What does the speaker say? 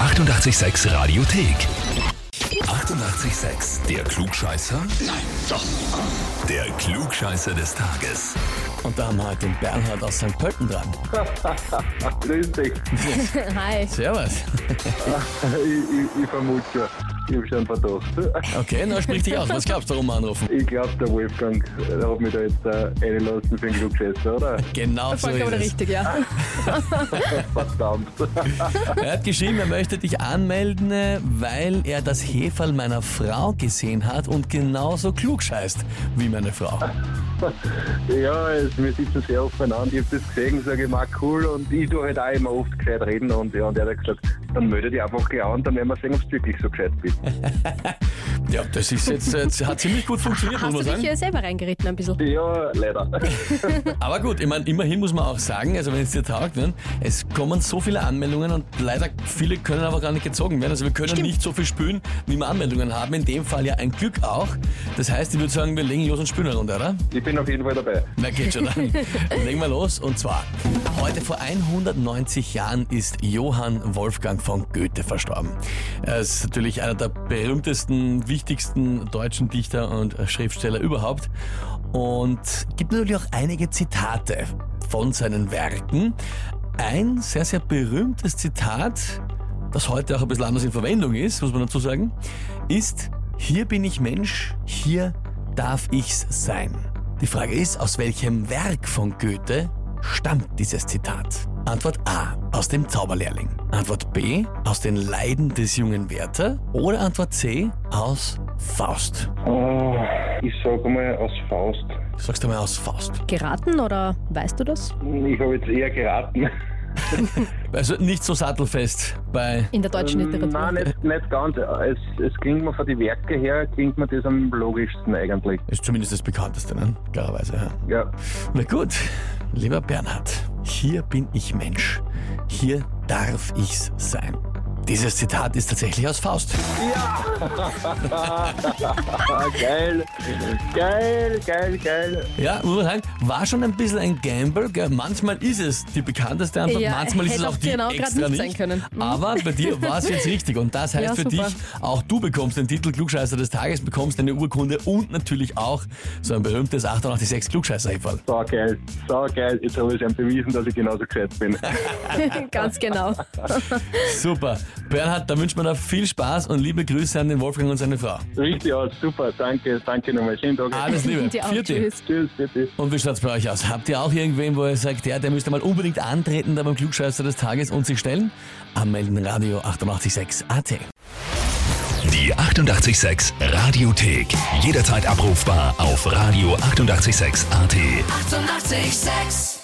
886 Radiothek. 88,6. Der Klugscheißer? Nein, doch. Der Klugscheißer des Tages. Und da haben wir heute den Bernhard aus St. Pölten dran. Grüß dich. Hi. Servus. Ich, ich, ich vermute schon. Ich habe schon verdacht. Okay, na sprich dich aus. Was glaubst du, warum wir anrufen? Ich glaube, der Wolfgang der hat mich da jetzt äh, einlassen für den Klugscheißer, oder? Genau so Vollkommen ist richtig, ja. Verdammt. es. Er hat geschrieben, er möchte dich anmelden, äh, weil er das Heferl meiner Frau gesehen hat und genauso klug scheißt wie meine Frau. Ja, es, wir sitzen sehr oft beieinander. Ich habe das gesehen, sage ich, mal cool. Und ich tue halt auch immer oft gescheit reden. Und, ja, und er hat gesagt, dann melde dich einfach gleich an, dann werden wir sehen, ob du wirklich so gescheit bist. Ja, das ist jetzt, jetzt hat ziemlich gut funktioniert, muss Hast man du dich sagen. hier selber reingeritten ein bisschen? Ja, leider. Aber gut, ich meine, immerhin muss man auch sagen, also wenn es dir taugt, ne, es kommen so viele Anmeldungen und leider viele können aber gar nicht gezogen werden. Also wir können nicht so viel spülen, wie wir Anmeldungen haben. In dem Fall ja ein Glück auch. Das heißt, ich würde sagen, wir legen los und spülen eine Runde, oder? Ich bin auf jeden Fall dabei. Na geht schon dann. Legen wir los und zwar, heute vor 190 Jahren ist Johann Wolfgang von Goethe verstorben. Er ist natürlich einer der berühmtesten, wichtigsten deutschen Dichter und Schriftsteller überhaupt und gibt natürlich auch einige Zitate von seinen Werken. Ein sehr, sehr berühmtes Zitat, das heute auch ein bisschen anders in Verwendung ist, muss man dazu sagen, ist, hier bin ich Mensch, hier darf ich's sein. Die Frage ist, aus welchem Werk von Goethe stammt dieses Zitat? Antwort A, aus dem Zauberlehrling. Antwort B, aus den Leiden des jungen Werther. Oder Antwort C, aus Faust. Oh, ich sage mal aus Faust. Sagst du mal aus Faust. Geraten oder weißt du das? Ich habe jetzt eher geraten. Also nicht so sattelfest bei... In der deutschen Ähm, Literatur. Nein, nicht, nicht ganz. Es, es klingt mir von den Werken her, klingt mir das am logischsten eigentlich. Ist zumindest das bekannteste, ne? Klarerweise, ja. Ja. Na gut, lieber Bernhard, hier bin ich Mensch. Hier darf ich's sein. Dieses Zitat ist tatsächlich aus Faust. Ah, geil. Geil, geil, geil. Ja, muss man sagen, war schon ein bisschen ein Gamble. Gell? Manchmal ist es die bekannteste Antwort, Ja, manchmal ist es hätte auch auch die genau grad extra nicht sein können. Mhm. Aber bei dir war es jetzt richtig und das heißt Ja, für super. dich, auch du bekommst den Titel Klugscheißer des Tages, bekommst eine Urkunde und natürlich auch so ein berühmtes 886 klugscheißer -Häferl. So geil. So geil. Jetzt habe ich es ihm bewiesen, dass ich genauso gescheit bin. Ganz genau. Super. Bernhard, da wünscht man dir viel Spaß und liebe Grüße an den Wolfgang und seine Frau. Richtig aus. Super. Danke. Danke nochmal. Schönen Tag. Alles Liebe. Dir auch, Vierte. tschüss. Tschüss, bitte. Und wie schaut's bei euch aus? Habt ihr auch irgendwen, wo ihr sagt, ja, der müsste mal unbedingt antreten da beim Klugscheißer des Tages und sich stellen? Anmelden Radio 886 AT. Die 88,6 Radiothek. Jederzeit abrufbar auf radio886.at. 88,6. Eighty-eight, sex.